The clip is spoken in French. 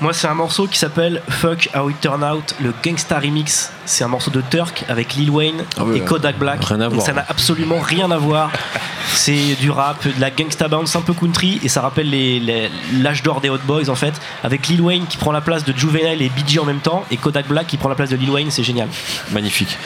Moi, c'est un morceau qui s'appelle Fuck How It Turn Out, le Gangsta Remix. C'est un morceau de Turk avec Lil Wayne Ah oui, et ouais. Kodak Black. Rien à Donc voir. Ça n'a absolument rien à voir. C'est du rap, de la gangsta bounce un peu country et ça rappelle les- les- l'âge d'or des Hot Boys en fait. Avec Lil Wayne qui prend la place de Juvenile et Biggie en même temps et Kodak Black qui prend la place de Lil Wayne, c'est génial. Magnifique.